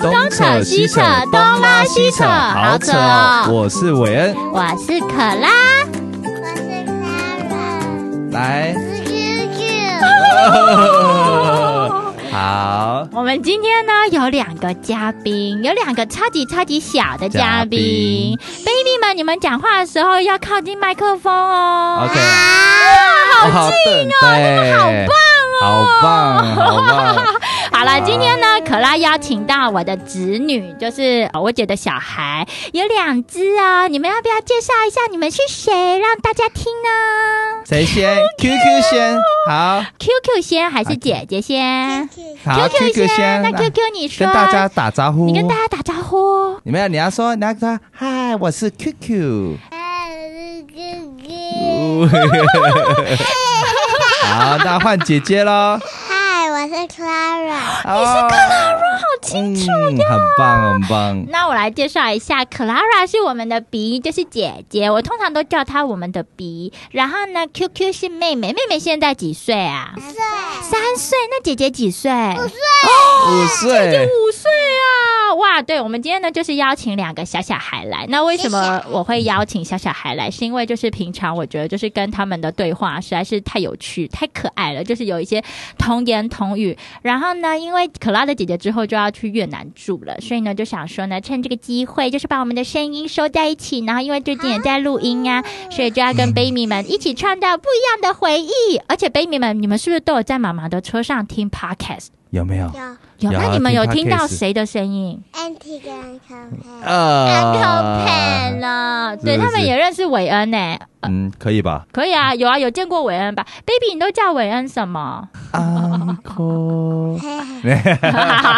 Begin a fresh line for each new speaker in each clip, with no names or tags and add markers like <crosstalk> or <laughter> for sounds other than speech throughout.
东扯西扯，东拉西扯，好扯哦！
我是韦恩，
我是可拉，
我是 Clara，
来，
我是 QQ，
呃好，
我们今天呢有两个嘉宾，有两个超级超级小的嘉宾，baby 们，你们讲话的时候要靠近麦克风哦。
OK
哇好
好近哦，对，哦
哦
好棒，好棒，
好了
哇，
今天呢，可拉邀请到我的侄女，就是呃我姐的小孩，有两只哦。你们要不要介绍一下你们是谁，让大家听呢
谁先？QQ
哦
先，好，
？QQ 先还是姐姐先
好，QQ 先，
那
来
QQ 你说，啊
跟大家打招呼，
你跟大家打招呼。
你们要你要说，你要说，嗨，我是
<laughs>
QQ。好，那换姐姐喽。
嗨，我是 Clara，
你是克拉拉，好清楚呀、哦嗯很棒，很棒。
那我来介绍一下，Clara 是我们的鼻，就是姐姐，我通常都叫她我们的鼻。然后呢，QQ 是妹妹，妹妹现在几岁啊？
对，
三岁。那姐姐几岁？
五岁，
五岁啊！哇，对，我们今天呢就是邀请两个小小孩来。那为什么我会邀请小小孩来？是因为就是平常我觉得就是跟他们的对话实在是太有趣、太可爱了，就是有一些童言童语。然后呢，因为可拉的姐姐之后就要去越南住了，所以呢就想说呢，趁这个机会就是把我们的声音收在一起。然后因为最近也在录音啊，所以就要跟 baby 们一起创造不一样的回忆。而且 baby 们，你们是不是都有在妈妈的车上听 podcast？
有没有？
有
有，
有
那
啊
你们
听
有
podcast
听到谁的声音
Anti 跟 c o m
？Uncle
呃
啊
Pen 呢？对
是
他们也认识韦恩呢。
嗯，可以吧
可以啊，有啊，有见过韦恩吧？Baby，你都叫韦恩什么？ <laughs> 哦
？Uncle，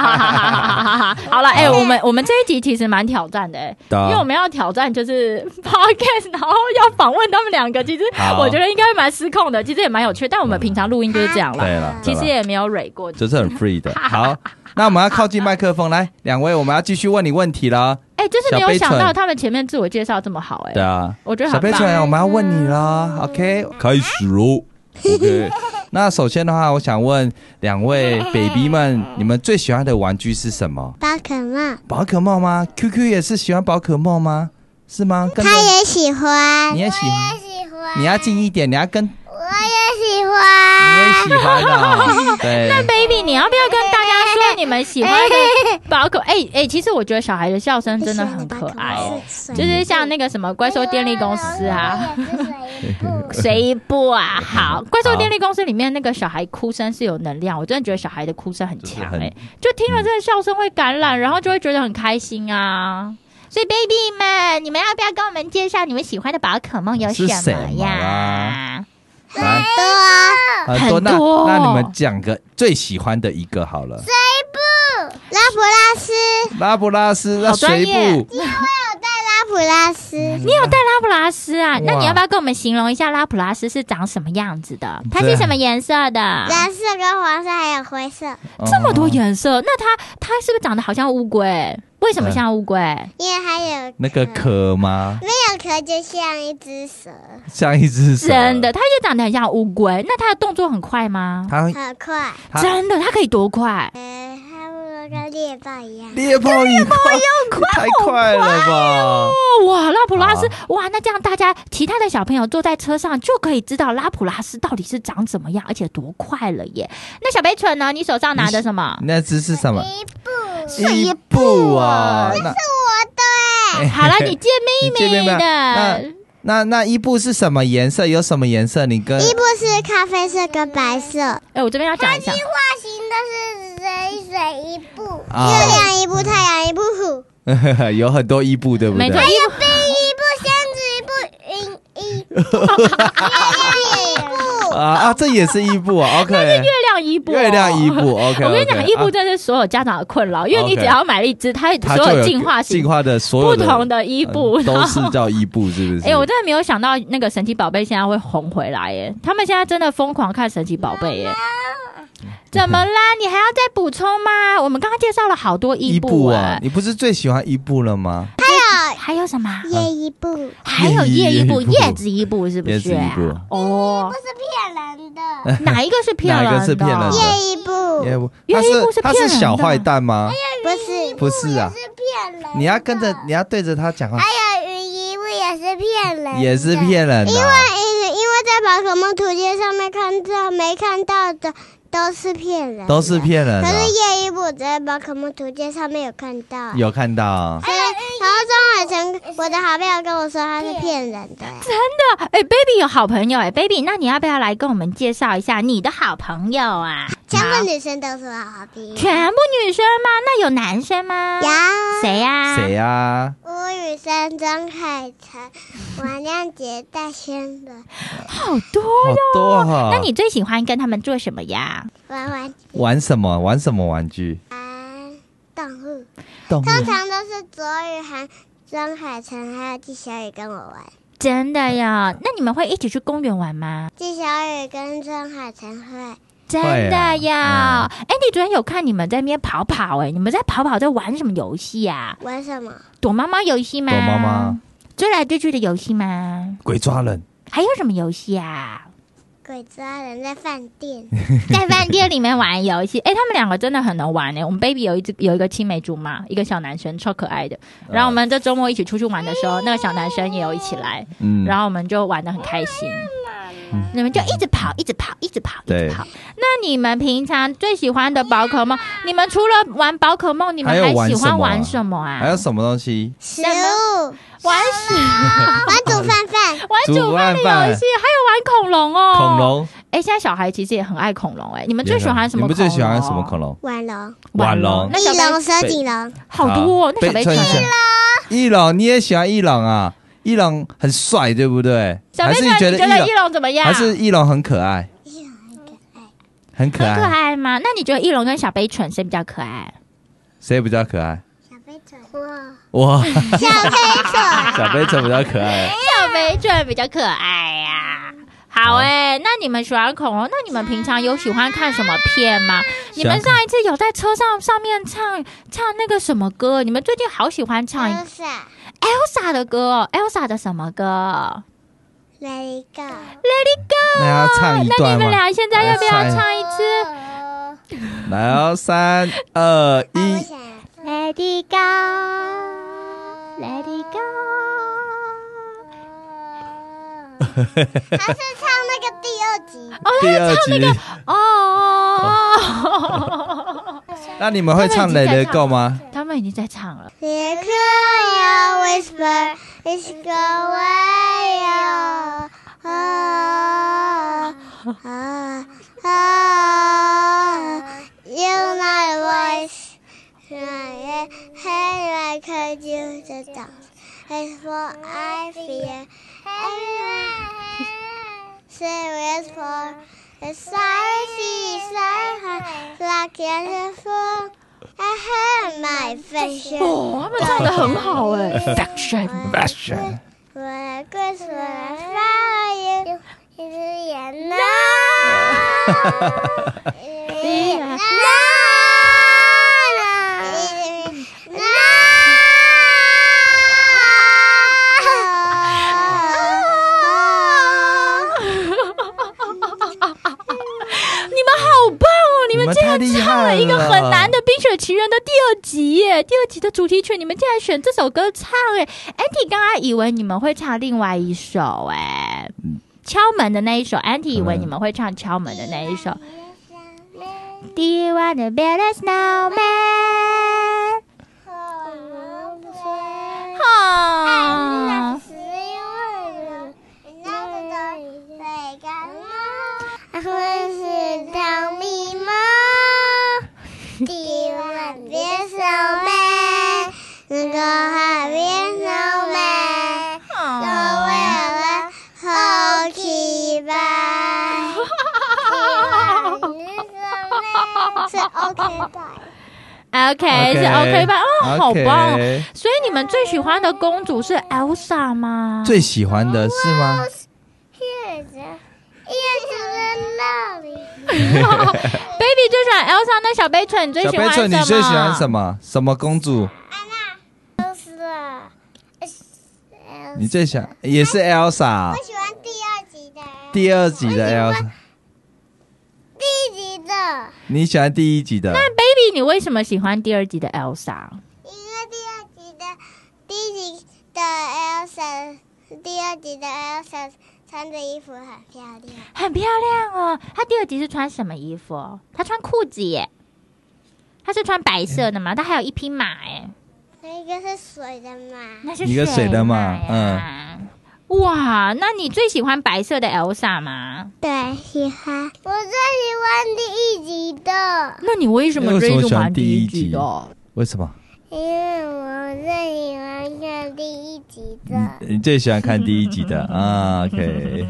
好了，哎，我们我们这一集其实蛮挑战的，哎
对啊
因为我们要挑战就是 <laughs> podcast，然后要访问他们两个，其实
好
我觉得应该蛮失控的，其实也蛮有趣，但我们平常录音就是这样
对
了，
了，
其实
对了
也没有蕊过。
就是很 free 的。好，那我们要靠近麦克风，来，两位，我们要继续问你问题了。
哎，真是
小
没有
杯
想
唇
到他们前面自我介绍这么好，
对
哎，
啊，
我觉得
小
很
飞
棒。
船，我们要问你了。OK，开始喽。OK，那
<laughs>
首先的话，我想问两位 baby 们，你们最喜欢的玩具是什么？
宝可梦，
宝可梦吗？QQ 也是喜欢宝可梦吗？是吗？跟着
他也喜欢，
你也喜欢，
喜欢
你要近一点，你要跟，你
我也喜
也
欢，
喜欢
<laughs>
啊。对，
baby，你要不要跟大家说你们喜欢的宝可？哎哎，其实我觉得小孩的笑声真的很可
嗯
爱，就是像那个什么怪兽电力公司
哎
啊，，谁一部啊？好，怪兽电力公司里面那个小孩哭声是有能量，我真的觉得小孩的哭声很强
就是
哎、
很
就听了这个笑声会感染，然后就会觉得很开心啊。所以，baby 们，你们要不要跟我们介绍你们喜欢的宝可梦有什
是什
么
么啊
呀？
来
多
很多。那
很多
那你们讲个最喜欢的一个好了。
拉普拉斯，
拉布拉斯，那
好专
水
业
布
拉普拉斯，
你有带拉普拉斯啊？那
哇
你要不要跟我们形容一下拉普拉斯是长什么样子的？它
对
是
啊
什么颜色的？
蓝色跟黄色还有灰色，
这么
嗯
多颜色，那它它是不是长得好像乌龟？为什么
对
像乌龟？
哦
因为它有
那个壳吗？
嗯
有壳就像一只蛇，
像一只蛇
真的，，它也长得很像乌龟。那它的动作很快吗？
它
很快，
它
真的，它可以多快？
呃，差不多跟猎豹一样。
猎豹一样快，太快了吧！
哦，哇，拉普拉斯
好，
哇，那这样大家其他的小朋友坐在车上就可以知道拉普拉斯到底是长怎么样，而且多快了耶。那小白蠢呢？你手上拿的什
<laughs>
么？
那只是什么？
一步，
哦
一步啊！
我
那
欸
哎
好了，你借妹
你借妹
妹
妹啊那
的。
那那一步是什么颜色？有什么颜色？你跟 <laughs>
的一步是咖啡色跟白色，
呃
哎，我这边要讲一下，
发型的是水水一步，
啊
月亮一步，太阳一步，虎
有很多一步，对不对？
没错，一
冰
嗯
一步，仙子一步，云一步，月亮
<laughs>
一步，
啊啊，这也是一步啊。OK，
月亮一步，
月亮一。步。OK，
啊 <laughs> 我跟你讲，一步真的是所有家长的困扰，因为你
OK
只要买了一只，它
它
所
就有
进化
进
型
化的所
不
有的
同的伊布，
嗯都是叫伊布，是不是？
哎、我真的没有想到那个神奇宝贝现在会红回来耶！他们现在真的疯狂看神奇宝贝耶！怎么啦？你还要再补充吗？我们刚刚介绍了好多伊
伊
布
布啊
哎，、
你不是最喜欢伊布了吗？
还有什么？
夜一步，
啊
还有叶伊布、
叶伊布
叶子伊布是不
叶子
是、
伊
啊？
布
哦，
骗人的
啊
哪一个
<laughs>
是骗人的？
哪一个是骗人的
哦
夜一步，
伊布，
因
他
为伊布
是
是
他
骗
是
人
小
的哎
坏蛋吗？
不是一
不是啊
也是骗人。
你要跟着，你要对着他讲话，
哎
还有云一部也是骗人，
也是。骗人啊的、
因为因为在宝可梦图鉴上面看到没看到的都是骗人的，
都是骗人啊
可
哎
的、
是夜一部在宝可梦图鉴上面有看到啊，
有看到啊、
所以然后钟海成我的好朋友跟我说他是骗人的，
哎、b a b y 有好朋友哎、b a b y 那你要不要来跟我们介绍一下你的好朋友啊？
全
好
部女生都是我好朋友。
全部女生吗？那有男生吗？
有
谁哎呀、
谁啊？
吴宇森、钟海成、王亮杰、戴轩伦、
好多
好
哟、
多啊哈、
哎那你最喜欢跟他们做什么呀？
玩玩
玩什么？玩什么玩具？
玩动物，
嗯
动物
通常都是左宇涵、钟海成还有纪小雨跟我玩。
真的
哎
呀？那你们会一起去公园玩吗？
纪小雨跟钟海成会，
真
会啊嗯
的呀？哎、你昨天有看你们在那边跑跑哎、你们在跑跑在玩什么游戏呀？
玩什么？
躲猫猫游戏吗？
躲猫猫，
追来追去的游戏吗？
鬼抓人，
还有什么游戏啊？
鬼抓人在饭
<laughs>
店，
在饭店里面玩游戏，哎、他们两个真的很能玩哎、我们 baby 有一只有一个青梅竹马，一个小男生，超可爱的。
嗯
然后我们这周末一起出去玩的时候，那个小男生也有一起来，
嗯，
然后我们就玩的很开心。你们就一直跑，一直跑，一直跑，一
对
直跑。那你们平常最喜欢的宝可梦，你们除了玩宝可梦，你们
还有玩
喜
什
欢
么
玩什么啊？
还有什么东西？
食物，
玩什啊
玩煮饭饭，
玩
煮
煮饭的游戏，还有
饭
玩恐龙哦。
恐。龙，
哎，现在小孩其实也很爱恐龙哎。你们最喜欢什么？
你们最喜欢什么恐？龙？
玩龙，
玩龙
那
翼
小白
龙、蛇颈龙，
好多、哦，那小
啊被
白
穿
可
起
能
来翼龙，你也喜欢翼龙啊？翼龙很帅，对不对？
小
还
贝
是
克，
你觉得
你
翼
觉得
龙
翼？龙怎么样？
还是翼龙很可爱？
翼龙很可爱，
很可
很可
爱，
爱吗？那你觉得翼龙跟小悲蠢谁比较可爱？
谁比较可爱？ <laughs>
小飞虫，哇，
哇，
小飞虫。
小飞车比较可爱。
<laughs> 小悲蠢比较可爱呀、好
好
哎、那你们喜欢恐龙？那你们平常有喜欢看什么片吗？你们
想
上一次有在车上上面唱唱那个什么歌？你们最近好喜欢唱一
Elsa,
Elsa 的歌哦，Elsa 的什么歌
let it go。
那要唱一
那
段
你们
吗？
俩现在要不要
来唱
唱一次
来哦，三二一，
Let it go，Let
Let
it
it
<laughs> go。
他是唱那个第二集，
<laughs> 第二集。 <laughs>
哦，
那你们会唱《
他们已经在
Let It
唱
Go》吗？
他们已经在唱了。
The cry whisper is go away. Oh, oh, oh, oh. You my voice. My head, I could you the dog. It's what I fear. Serious for the sorry sea, sorry heart, like a fool. I hurt my face.
哦，他们唱的很好哎。Faction，
Version
我的故事发了一一只眼呐，一只眼呐，一只眼呐。
你们好棒哦！你们
们
竟
太
然
厉
唱
害
了一个
了
很难的《冰雪奇缘》的第二集耶，第二集的主题曲，你们竟然选这首歌唱哎！Andy 刚刚以为你们会唱另外一首哎，敲门的那一首，Andy 以为你们会唱敲门 <laughs> 的那一 <laughs> 首。Do you wanna build a snowman？哦。
我是小迷猫，地碗变小妹，那个海边小妹，都为了
<laughs>
好奇吧。是 OK 吧？
OK，, 哎是 OK 吧？哦，好棒！
OK
所以你们最喜欢的公主是 Elsa 吗？
最喜欢的是吗？
叶子，叶子在那里。
<laughs> Baby 最喜欢 Elsa，那小悲蠢你最
小
喜欢
贝
什
特，
么？
你最喜欢什？么？什么公主？
都是啊。
你最想也是 Elsa 啊
我喜欢第二集的，
第二集的
我喜欢
Elsa，
第一集的，
你喜欢第一集的？
那 Baby 你为什么喜欢第二集的 Elsa？
因为第二集的第一集的 Elsa，第二集的 Elsa 穿的衣服很漂亮，
很漂亮哦。她第二集是穿什么衣服哦？她穿裤子耶。她是穿白色的嘛？她还有一匹马哎，
那个是水的嘛，
那是
一个水的马
嗯。哇，那你最喜欢白色的 Elsa 吗？
对，喜欢。我最喜欢第一集的，
那你为什么
为什
追
么
着
喜欢
玩
第
第
一
集哦
集
的？
为什么？
因为我最喜欢看第一集的。
你最喜欢看第一集
<laughs>
的啊？OK，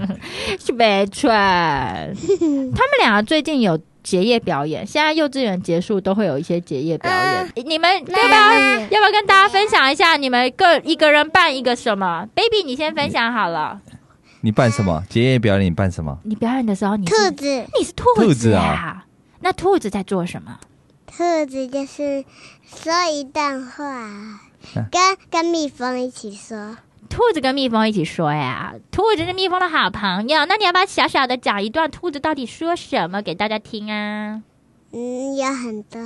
是没 <laughs> 错。他们两个最近有结业表演，现在幼稚园结束都会有一些结业表演。你们要不要要不要跟大家分享一下？你们各一个人办一个什么？Baby，你先分享好了。
你扮什
<laughs>
么？结业表演你扮什么？
你表演的时候你是，
兔子，
你是兔子,、啊、
兔子啊
那兔子在做什么？
兔子就是说一段话，
嗯
跟跟蜜蜂一起说。
兔子跟蜜蜂一起说呀，兔子是蜜蜂的好朋友。那你要不要小小的讲一段兔子到底说什么给大家听啊？
嗯，有很多。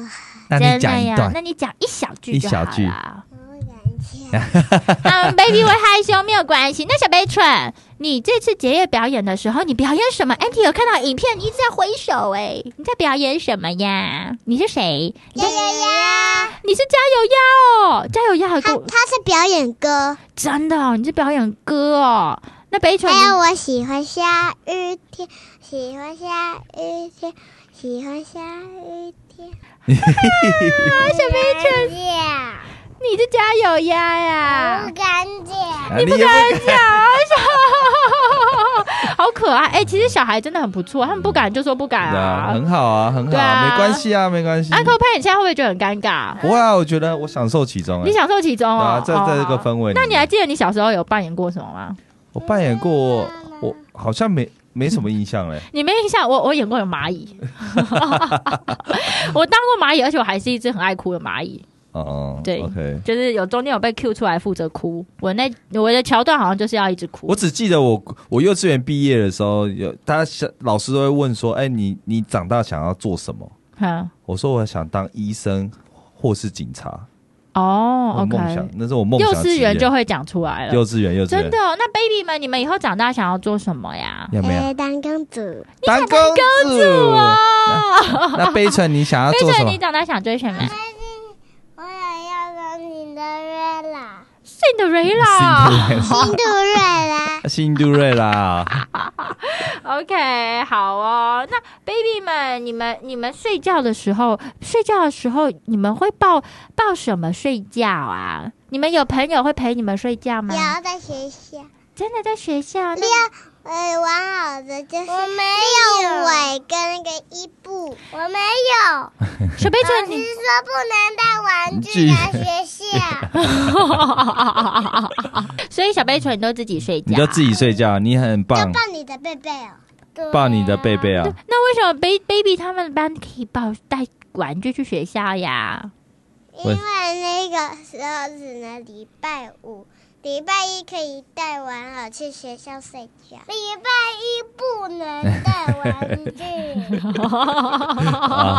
那你
真
讲
的
一
呀，
段
那你讲一小句
一
就
小
好
句
了。
我感觉。
嗯，baby 会害羞没有关系。那小 b 蠢，你这次结业表演的时候，你表演什么？Andy 有看到影片，你一直在挥手哎、你在表演什么呀？你是谁？你
呀
在
呀呀！
你是加油呀哦，加油呀！
他
跟我
他是表演歌，
真的哦、你是表演歌哦。那 b 蠢，
还有
你
我喜欢下雨天，喜欢下雨天，喜欢下雨天。我小飞车呀，
你是加油呀呀
不！敢讲。
啊你也不
讲， <laughs> 好可爱哎、其实小孩真的很不错，他们不敢就说不敢
的啊，
啊。
很好啊，很好
对
啊，
啊
没关系啊，没关系。
Uncle Pan，你现在会不会觉得很尴尬？
不会啊，我觉得我享受其中。
你
哎
享受其中
对
哦
啊，，在在这
哦
个氛围里面，
那你还记得你小时候有扮演过什么吗？
我扮演过，我好像没没什么印象
<laughs>
嘞。
你没印象？我我演过有蚂蚁， <laughs> 我当过蚂蚁，而且我还是一只很爱哭的蚂蚁，
哦，
对
，OK。
就是有中间有被 Q 出来负责哭。我那我的桥段好像就是要一直哭
我。只记得我我幼稚园毕业的时候，有他想老师都会问说：“哎、你你长大想要做什么
嗯，？”
我说：“我想当医生或是警察。
哦
我的梦想
，OK，
那是我梦
幼
想职业。
稚园就会讲出来了
幼。稚园幼稚
真
园
的哦、那 baby 们，你们以后长大想要做 <laughs> 什么呀？
有没有？
哎当公主，
当公主
哦，
那悲纯，你想要
飞 <laughs>
做什
成
么
你？长大想追什么
我想要当你的瑞拉，
？Cinderella。
印度瑞
<laughs>
拉。
辛啊杜瑞拉，啊
OK，好哦。那 baby 们，你们你们睡觉的时候，睡觉的时候你们会抱抱什么睡觉啊？你们有朋友会陪你们睡觉吗？
要在学校，
真的在学校？那
六呃玩好的就是六尾跟那个伊布，我没有。
小贝
老
准
师 <laughs>
你，
说不能带玩具来学校，
所以小贝准你都自己睡觉，啊
你就自己睡觉，你很棒
就，抱你的贝贝哦，对
抱你的贝贝啊！
那为什么 ba- baby 他们班可以抱带玩具去学
<laughs>
校呀？
因为那个时候只能礼拜五、礼拜一可以带玩偶去学校睡觉，礼拜一不能带玩具。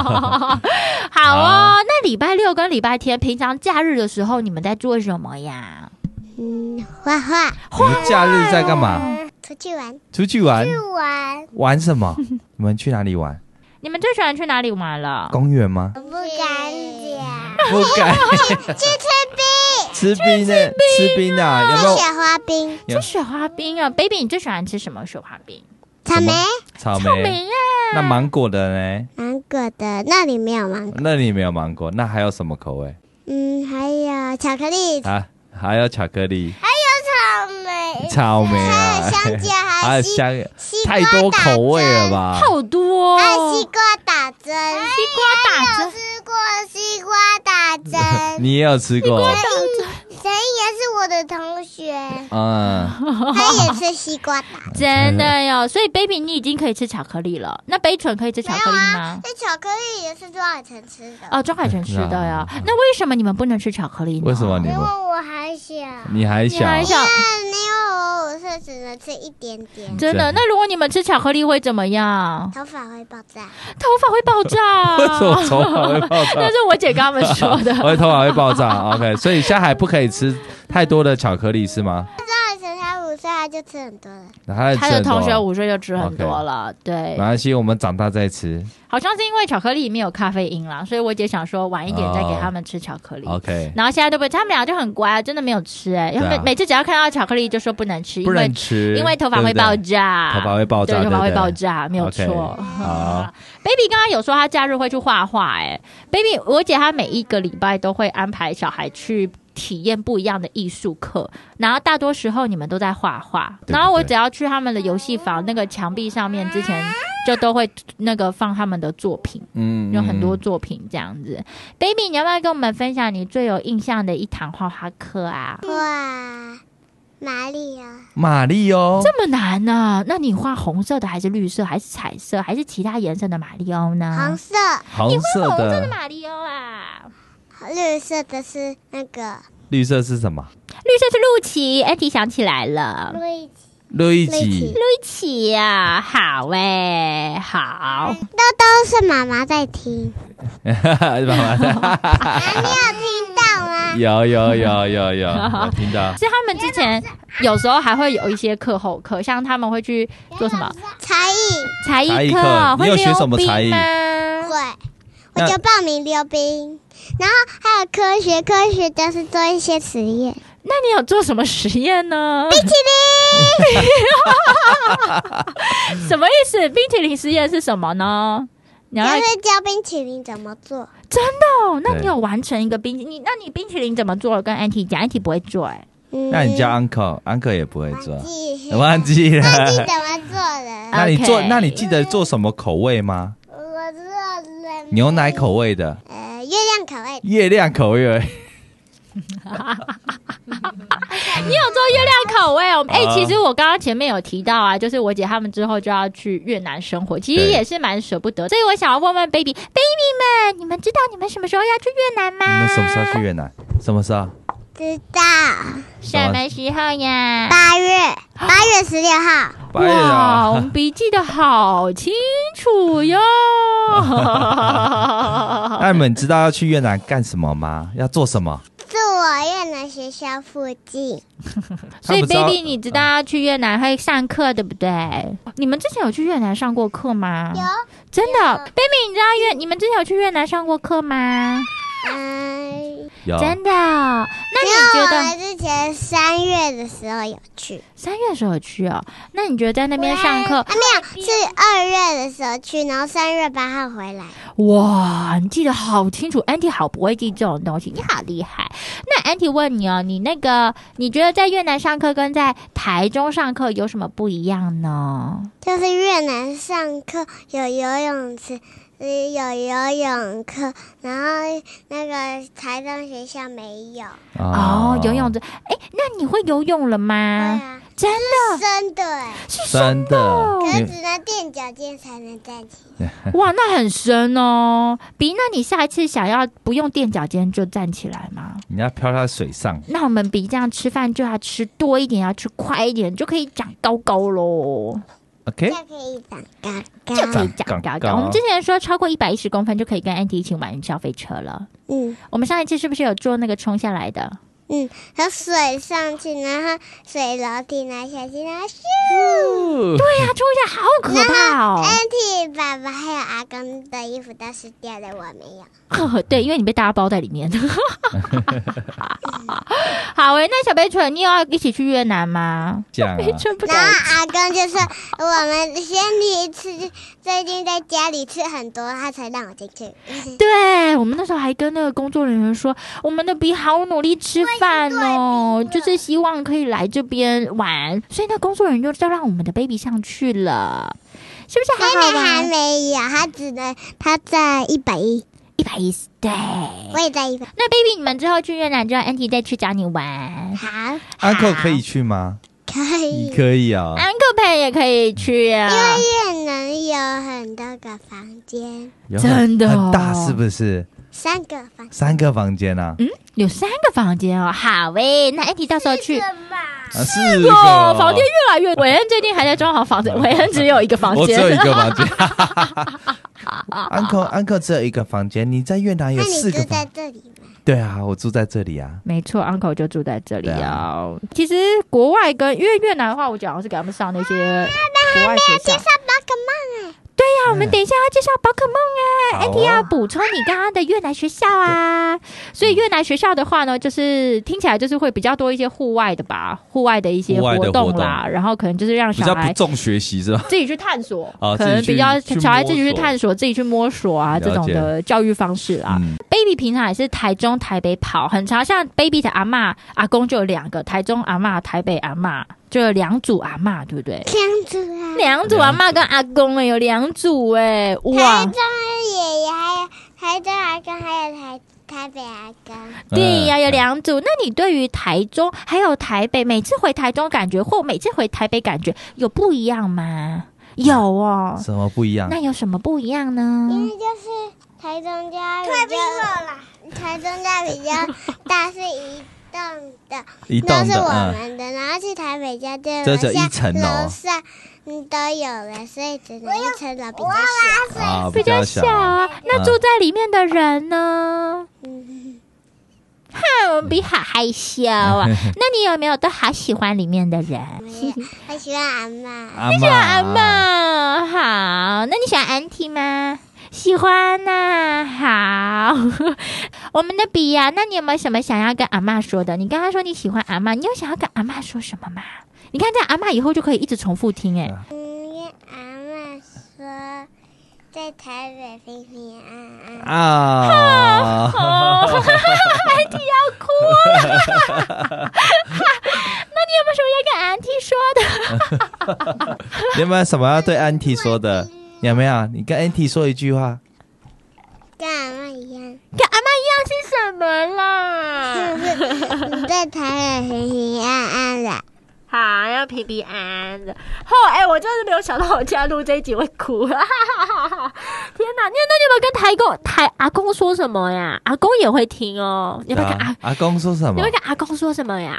好
啊
哦，那礼拜六跟礼拜天，平常假日的时候你们在做什么呀？
嗯， <laughs> 画画，
你们假日在干嘛？
出去玩，
出去玩
去玩，
玩什么？你们去哪里玩？
你们最喜欢去哪里玩了？
公园吗？
我不敢讲。
不
<laughs>
敢
去吃冰，
吃冰呢，吃冰啊？有没有
去雪花冰，
吃雪花冰啊，baby，你最喜欢吃什么雪花冰？啊
草莓
什、草
草莓
莓？
呀、
那芒果的呢？
芒果的，那里没有芒果。
那你没有芒果，那还有什么口味
嗯，还有巧克力、
啊？还有巧克力、
草莓、
草莓
还
啊
有，哎香
<laughs>
蕉，
还
还
有
有西
香，
西瓜
太多口味了吧？
好多、
打针？还有
哦
哎西，瓜打针，
西瓜打
有
针，
吃过西瓜打针，
哦 <laughs> 你也有吃过？
陈颖，陈颖也是我的同学，
<laughs> 嗯，
他也吃西瓜
哎
打。
真的哟。所以 baby，你已经可以吃巧克力了。那杯唇可以吃巧克力吗？
这巧克力也是庄海成吃的，
啊
哦，庄海成吃的呀
嗯。
那为什么你们不能吃巧克力呢？
为什么你
因为
不？
我还小，
你还
你
小，
还
<laughs>
小？
但因为我五岁只能吃一点点，
真的？那如果你们吃巧克力会怎么样？
头发会爆炸。
头发会爆
<laughs>
炸。
为什么头发会爆
<laughs> 那
炸？
是我姐跟他们说的。
<laughs> 我的头发会爆炸。OK，所
<laughs>
以下海不可以吃太多的巧克力是吗？
庄海成才五岁，他就吃很多了。
那他
他
吃
的
很多
同学午睡就吃很多了，对
没，关系，我们长大再吃。
好像是因为巧克力里面有咖啡因啦，所以我姐想说晚一点再给他们吃巧克力。
OK，
然后现在都不，他们俩就很乖，真的没有吃哎、
哦对啊
他们每次只要看到巧克力就说不能吃，
不
因
能
为
吃，
因为头发会爆
对
炸，
不对头发会爆炸，
对，头发
对
会
不对
爆。炸，没有
OK，
错。
好
Baby 刚刚有说他假日会去画画、哎，Baby，我姐她每一个礼拜都会安排小孩去体验不一样的艺术课，然后大多时候你们都在画画，
对
然后我
对
只要去他们的游戏房，那个墙壁上面之前就都会那个放他们的作品，
嗯
有很多
嗯
作品这样子。Baby，你要不要跟我们分享你最有印象的一堂画画课啊？
嗯
哇，哪里啊？
玛丽哦，
这么难呢、那你画红色的还是绿色，还是彩色，还是其他颜色的马里奥呢？
啊
红色、
红色
红色的
的，
马里奥啊，
绿色的是那个
绿色是什么？
绿色是陆琪，安迪想起来了，
路易吉。
路易
路易
吉
吉
陆琪呀、啊，好喂、好，
豆豆是妈妈在
<laughs>
听，
爸
<laughs>
<laughs> 爸
听到吗？
有有有有有，
<laughs>
我听到
是他们之前有时候还会有一些课后课，像他们会去做什么
<laughs> 才艺
才艺
才艺
课
课，
会
你有学
溜
什么
冰啊
才艺
吗？
会，我
那
就报名溜冰，然后还有科学，科学都是做一些实验。
那你有做什么实验呢？冰淇淋，什么意思？冰淇淋实验是什么呢？你
就
要
是教冰淇淋怎么做，
哦，那你
对
有完成一个冰淇淋？你那你冰淇淋怎么做？跟 Anty 讲，Anty 不会做哎、
嗯
那你叫 uncle，uncle 也不会
忘
做，啊
记
忘记了。
<laughs> 忘记怎么做了，
那你做
OK，
那你记得做什么口味吗？
我做了
牛奶口味的，
呃月亮口味，
月亮口
<laughs>
味。
你有做月亮口味哦？哎、
啊
其实我刚刚前面有提到啊，就是我姐他们之后就要去越南生活，其实
对
也是蛮舍不得。所以我想要问问 baby baby 们，你们知道你们什么时候要去越南
你
吗？
们什么时候去越南？什么时候？
知道
什么时候呀？
八月八月十六号，
八月啊
哇，我们笔记的好清
<laughs>
楚哟。
那你们知道要去越南干什么吗？要做什么？
住我越南学校附近，
所
他
以
不知道
baby，你知道要去越南会上课，对不对？你们之前有去越南上过课吗？
有
真的
有
，baby，你知道越你们之前有去越南上过课吗？
嗯，
有
真的哦，那
因为
你
我
觉得
们之前三月的时候有去，
三月的时候有去哦？那你觉得在那边上课，
啊没有，是二月的时候去，然后三月八号回来。
哇，你记得好清楚，Andy 好不会记这种东西，你好厉害。那 Andy 问你哦，你那个你觉得在越南上课跟在台中上课有什么不一样呢？
就是越南上课有游泳池，呃有游泳课，然后那个台中学校没有。
啊
哦，游泳的，哎，那你会游泳
对
了吗？
啊，
真哦
是深的哎，
真的，
可是
你
只能垫脚尖才能站起来。
哇，那很深哦。比，那你下一次想要不用垫脚尖就站起来吗？
你要漂在水上。
那我们比这样吃饭就要吃多一点，要吃快一点，就可以长高高喽，
OK，
就可以长高高。
嗯就可以长
长
高高。
高
我们之前说超过一百一十公分就可以跟安迪一起玩小飞车了。
嗯
我们上一次是不是有做那个冲下来的？
嗯，和水上去，然后水楼梯拿下去，然后咻。
对呀、冲下来好可怕哦！
Andy 爸爸还有阿公的衣服都是掉的，我没有。
对，因为你被大家包在里面。好诶、那小北蠢，你有要一起去越南吗？
这样啊
北蠢不敢
然后阿公就说：“我们先第一次最近在家里吃很多，他才让我进去。
对我们那时候还跟那个工作人员说，我们的笔好努力吃饭哦，就是希望可以来这边玩，所以那工作人员就让我们的 baby 上去了，是不是”
妹
很好
妹还
玩？
没有，她只能她在一百一，
一百一十，对。
我也在一百。
那 baby，你们之后去越南之后，Andy 再去找你玩。
好，
，uncle 可以去吗？
可以。
可以啊、
Uncle 陪也可以去啊，
越南有很多个房间，
有很
真的哦
很大是不是？
三个房。
三个房间啊，
嗯，有三个房间哦。好诶，那 Andy 到时候去。
嘛？
啊四个
哦
哦，
房间越来越。韦恩最近还在装好
<laughs>
房子，韦恩只有一个房
我只有一
间。
个房
<laughs>
间。uncle uncle 只有一个房间，你在越南有
那你
四个
住
房
在。这里吗？
对啊，我住在这里啊。
没错，uncle 就住在这里
对啊
哦。其实国外跟因为越南的话，我觉得好像是给他们上啊那些国外学校。
上宝可梦
啊
哎，
那我
嗯
们等一下要介绍宝可梦
好
啊
啊
，Andy 要补充你刚刚的越南学校啊。所以越南学校的话呢，就是听起来就是会比较多一些户外的吧，户外的一些
户外的
活动
活动
啦，然后可能就是让
比
小
较不
孩。
重学习是吧？
自己去探索，
啊
可
自己
能比
去
较
去
小孩
摸
自己去
索
探索、自己去摸索啊
了解
这种的教育方式啦。
嗯，
baby 平常也是台中、台北跑，很常像 baby 的阿嬷、阿公就有两个，台中阿嬷、台北阿嬷就有两组阿嬷，对不对？
这样子啊。
两组阿嬷跟阿公哎、有两组哎、
台
哇！
中也也还有台中阿公，还有台台北阿公。
对呀、
嗯
有两组。那你对于台中还有台北，每次回台中感觉或每次回台北感觉有不一样吗？有哦，
什么不一样
那？有什么不一样呢？
因为就是台中家比较台中家比较大，是一栋的，
<laughs> 一
都
栋
是
的，
我
嗯，
们的。然后去台北家就
这
楼
只有
下
一层哦
楼上嗯都有了，所以只能一层楼比较小。
啊，
比较小
小。
啊。那住在里面的人呢？
嗯， <laughs>
我比好害羞啊。那你有没有都好喜欢里面的人？
没有我喜欢阿妈，
阿妈，阿
阿，妈好，那你喜欢安迪吗？喜欢呐、好，我们的比呀、那你有没有什么想要跟阿妈说的？你刚刚说你喜欢阿妈，你有想要跟阿妈说什么吗？你看这样阿妈以后就可以一直重复听哎、
啊
嗯，跟阿妈说在台北平平安安。
啊，
哦，安迪要哭了。那你有没有什么要跟安迪说的？
<laughs> 你有没有什么要对安迪
<laughs>
说的？有没有？你跟安迪说一句话。
跟阿妈一样，
跟阿妈一样是什么啦？
你 <laughs> 在台北啊平平安安啦。
好，要平平安安的。后哎、我真的没有想到我今天录这一集会哭，哈哈哈哈天哪！那那你有没有跟台公台阿公说什么呀？阿公也会听哦。你有没有跟阿、
啊阿公说什
你
么
有没？有跟阿公说什么呀？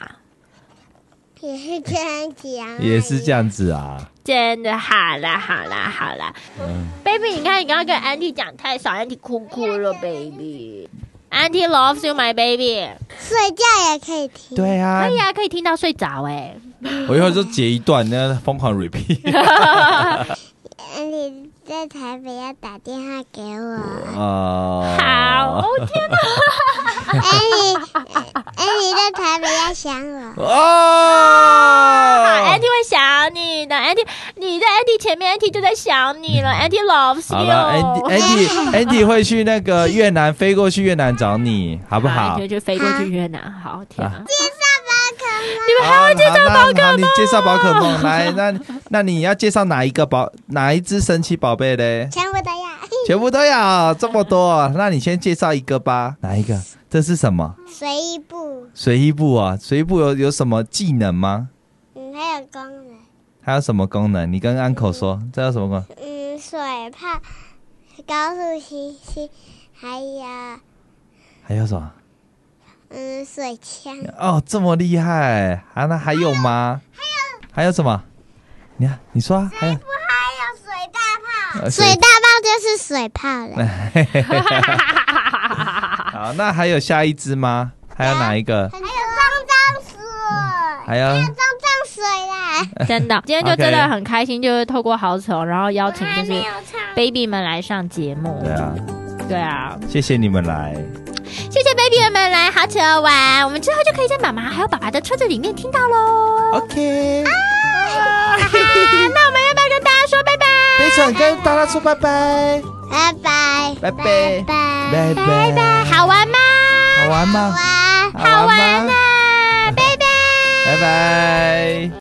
也是这样讲，
也是这。样子啊。
真的好啦好啦好啦、b
嗯
a b y 你看你刚刚跟 Andy 讲太少，Andy 哭哭了，baby。Andy loves you, my baby。
睡觉也可以听。
对啊
可，以啊，可以听到睡着
<laughs>
哎、 <laughs>
我一会儿就截一段，那疯狂 repeat
嗯，你在台北要打电话给
<laughs>
我。
啊。
好，哦天
哎，
哪！
你哎，你在台北要想我。 <laughs>
啊
哦，
，Andy 会想你的，Andy，你在 Andy 前面，Andy 就在想你了，Andy loves
嗯好
you。
了，Andy 哎
哦 <laughs>
Andy Andy 会去那个越南飞过去越南找你，好不好？
就就飞过去越南，好天啊！
介绍宝可梦，
你们还
好，
要介绍宝
那
可
好你
梦？
介绍宝可梦来，那那你要介绍哪一个宝，哪一只神奇宝贝嘞？
全部都要。
全部都有这么多，那你先介绍一个吧。哪一个？这是什么？
随意步，
水衣部啊？水衣部有有什么技能吗？
嗯，还有功能，
它有什么功能？你跟安口说，这有什么功能？
嗯，水泡、高速星星，还有
还有什么？
嗯，水枪。
哦，这么厉害！啊，那还有吗？还有什么？你看，你说啊，还 <laughs> 有
还有水大
呃
水大炮就是水泡了，
好，那还有下一只吗？还有哪一个？
还有脏脏水，
嗯还有
脏脏水啦。
真的，今天就真的很开心，就是透过好丑，然后邀请就是 baby 们来上节目
对。啊，
对啊，
谢谢你们来。
谢谢 baby 们来好丑玩，我们之后就可以在妈妈还有爸爸的车子里面听到喽。
OK，
那我们要不要跟大家说拜拜？
啊非常跟大家说拜拜，
拜拜，
拜拜
拜
拜
拜拜，好玩吗？
好玩吗？啊
拜。
好玩吗？
拜拜。
拜拜。